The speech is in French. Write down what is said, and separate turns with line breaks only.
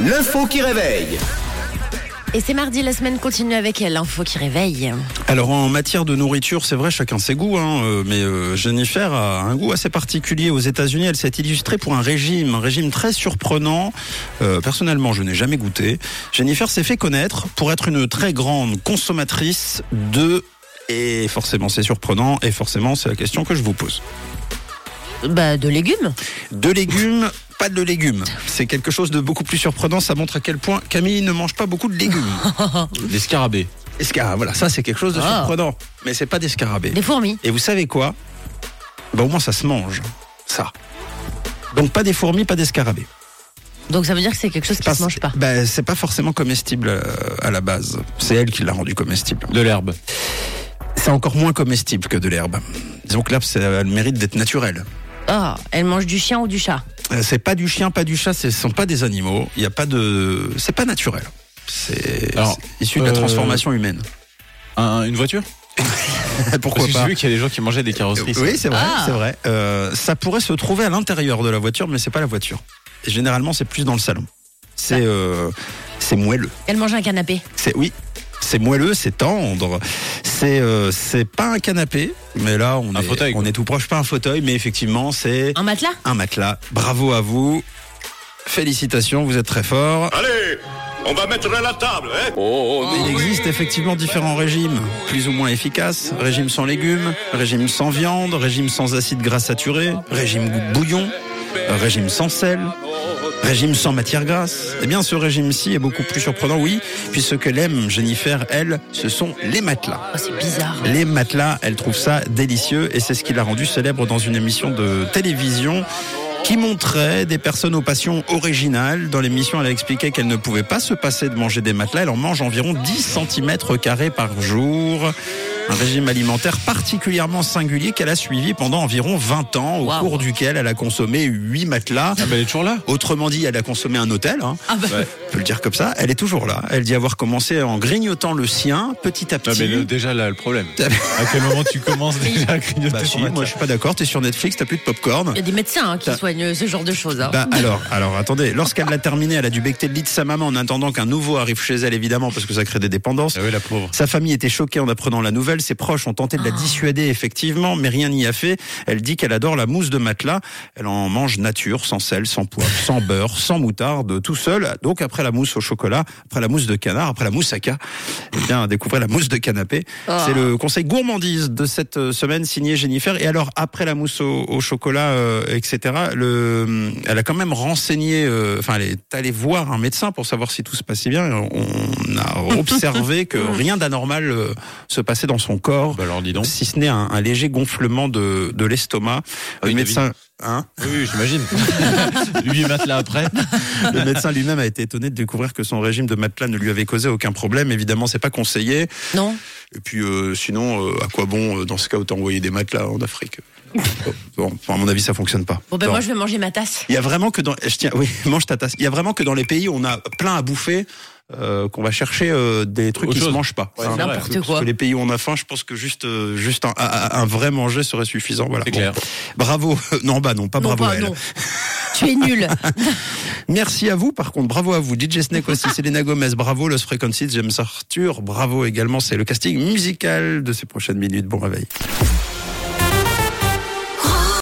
L'info qui réveille.
Et c'est mardi, la semaine continue avec l'info qui réveille.
Alors en matière de nourriture, c'est vrai, chacun ses goûts, hein, euh, mais euh, Jennifer a un goût assez particulier aux États-Unis. Elle s'est illustrée pour un régime, un régime très surprenant. Euh, personnellement, je n'ai jamais goûté. Jennifer s'est fait connaître pour être une très grande consommatrice de... Et forcément, c'est surprenant, et forcément, c'est la question que je vous pose.
Bah, de légumes.
De légumes, pas de légumes. C'est quelque chose de beaucoup plus surprenant. Ça montre à quel point Camille ne mange pas beaucoup de légumes.
Des scarabées.
Escara, voilà, ça c'est quelque chose de
Ah.
surprenant. Mais c'est pas des scarabées.
Des fourmis.
Et vous savez quoi Bah au moins ça se mange, ça. Donc pas des fourmis, pas des scarabées.
Donc ça veut dire que c'est quelque chose qui ne se mange pas.
Bah, c'est pas forcément comestible euh, à la base. C'est elle qui l'a rendu comestible.
De l'herbe.
C'est encore moins comestible que de l'herbe. Disons que l'herbe, c'est a le mérite d'être naturelle.
Ah, elle mange du chien ou du chat.
Euh, C'est pas du chien, pas du chat, ce sont pas des animaux. Il y a pas de, c'est pas naturel. C'est
Alors,
c'est issu de la
euh,
transformation humaine.
Un- une voiture
Pourquoi
Parce que
pas
j'ai vu qu'il y a des gens qui mangeaient des carrosseries.
Euh, Oui, c'est vrai,
Ah.
c'est vrai. Euh, ça pourrait se trouver à l'intérieur de la voiture, mais c'est pas la voiture. Et généralement, c'est plus dans le salon. C'est euh, c'est moelleux.
Elle mange un canapé.
C'est oui, c'est moelleux, c'est tendre. C'est euh, c'est pas un canapé, mais là on
Un
est
fauteuil,
on
quoi.
est tout proche, pas un fauteuil, mais effectivement c'est
Un matelas.
un matelas. Bravo à vous. Félicitations, vous êtes très fort.
Allez, on va mettre la table, hein
Il existe effectivement différents régimes, plus ou moins efficaces. Régime sans légumes, régime sans viande, régime sans acides gras saturés, régime goût de bouillon, euh, régime sans sel, régime sans matière grasse. Eh bien, ce régime-ci est beaucoup plus surprenant, oui, puisque ce qu'elle aime, Jennifer, elle, ce sont les matelas.
Oh, c'est bizarre.
Les matelas, elle trouve ça délicieux et c'est ce qui l'a rendu célèbre dans une émission de télévision qui montrait des personnes aux passions originales. Dans l'émission, elle a expliqué qu'elle ne pouvait pas se passer de manger des matelas. Elle en mange environ 10 cm par jour. Un régime alimentaire particulièrement singulier qu'elle a suivi pendant environ 20 ans, au
Waouh.
cours duquel elle a consommé 8 matelas.
Ah, bah, elle est toujours là.
Autrement dit, elle a consommé un hôtel. hein.
Ah bah.
Ouais, on peut le dire comme ça. Elle est toujours là. Elle dit avoir commencé en grignotant le sien petit à
Non,
petit.
Ah, mais le- déjà là, le problème. à quel moment tu commences déjà à grignoter
Bah
ton
si,
matelas
moi je suis pas d'accord, t'es sur Netflix, t'as plus de popcorn.
Il y a des médecins hein, qui soignent ce genre de choses. hein.
Bah alors, alors attendez, lorsqu'elle l'a terminé, elle a dû becquer le lit de sa maman en attendant qu'un nouveau arrive chez elle évidemment parce que ça crée des dépendances.
Ah oui, la pauvre.
Sa famille était choquée en apprenant la nouvelle, ses proches ont tenté de la dissuader effectivement, mais rien n'y a fait. Elle dit qu'elle adore la mousse de matelas, elle en mange nature, sans sel, sans poivre, sans beurre, sans moutarde, tout seul. Donc après la mousse au chocolat, après la mousse de canard, après la moussaka, eh bien découvrez la mousse de canapé.
Ah.
C'est le Euh, conseil gourmandise de cette euh, semaine signé Jennifer. Et alors, après la mousse au, au chocolat, euh, etc., le, hum, elle a quand même renseigné, euh, enfin, elle est allée voir un médecin pour savoir si tout se passait bien. Et on a observé que rien d'anormal euh, se passait dans son corps,
Bah alors dis donc.
si ce n'est un, un léger gonflement de, de l'estomac.
oui,
le médecin, hein
Oui, j'imagine. Lui, il mate là après.
Le médecin lui-même a été étonné de découvrir que son régime de matelas ne lui avait causé aucun problème. Évidemment, c'est pas conseillé.
Non.
Et puis euh, sinon, euh, à quoi bon, euh, dans ce cas, autant envoyer des matelas hein, en Afrique Bon, enfin, à mon avis, ça fonctionne pas.
Bon, ben
Non.
moi, je vais manger ma tasse.
Il y a vraiment que dans, eh, je tiens, oui, mange ta tasse. Il y a vraiment que dans les pays où on a plein à bouffer, euh, qu'on va chercher euh, des trucs
Autre
qui se
chose.
mangent pas. Hein.
Ouais, c'est vrai.
N'importe
Parce
quoi.
que les pays où on a faim, je pense que juste, euh, juste un, un- un vrai manger serait suffisant. Voilà.
C'est
Bon.
clair.
Bravo. Non, bah non, pas
non,
bravo
pas,
à elle.
non. Tu es nul.
Merci à vous, par contre, bravo à vous. DJ Snake aussi, Selena Gomez, bravo. Los Frequencies, James Arthur, bravo également. C'est le casting musical de ces prochaines minutes. Bon réveil.